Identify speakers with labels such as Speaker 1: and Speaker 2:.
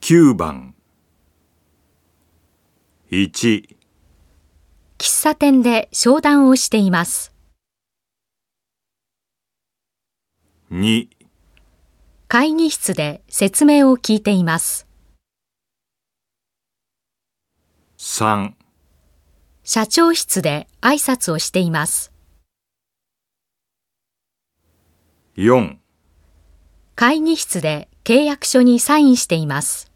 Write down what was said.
Speaker 1: 9番1
Speaker 2: 喫茶店で商談をしています。
Speaker 1: 2
Speaker 2: 会議室で説明を聞いています。
Speaker 1: 3
Speaker 2: 社長室で挨拶をしています。
Speaker 1: 4
Speaker 2: 会議室で契約書にサインしています。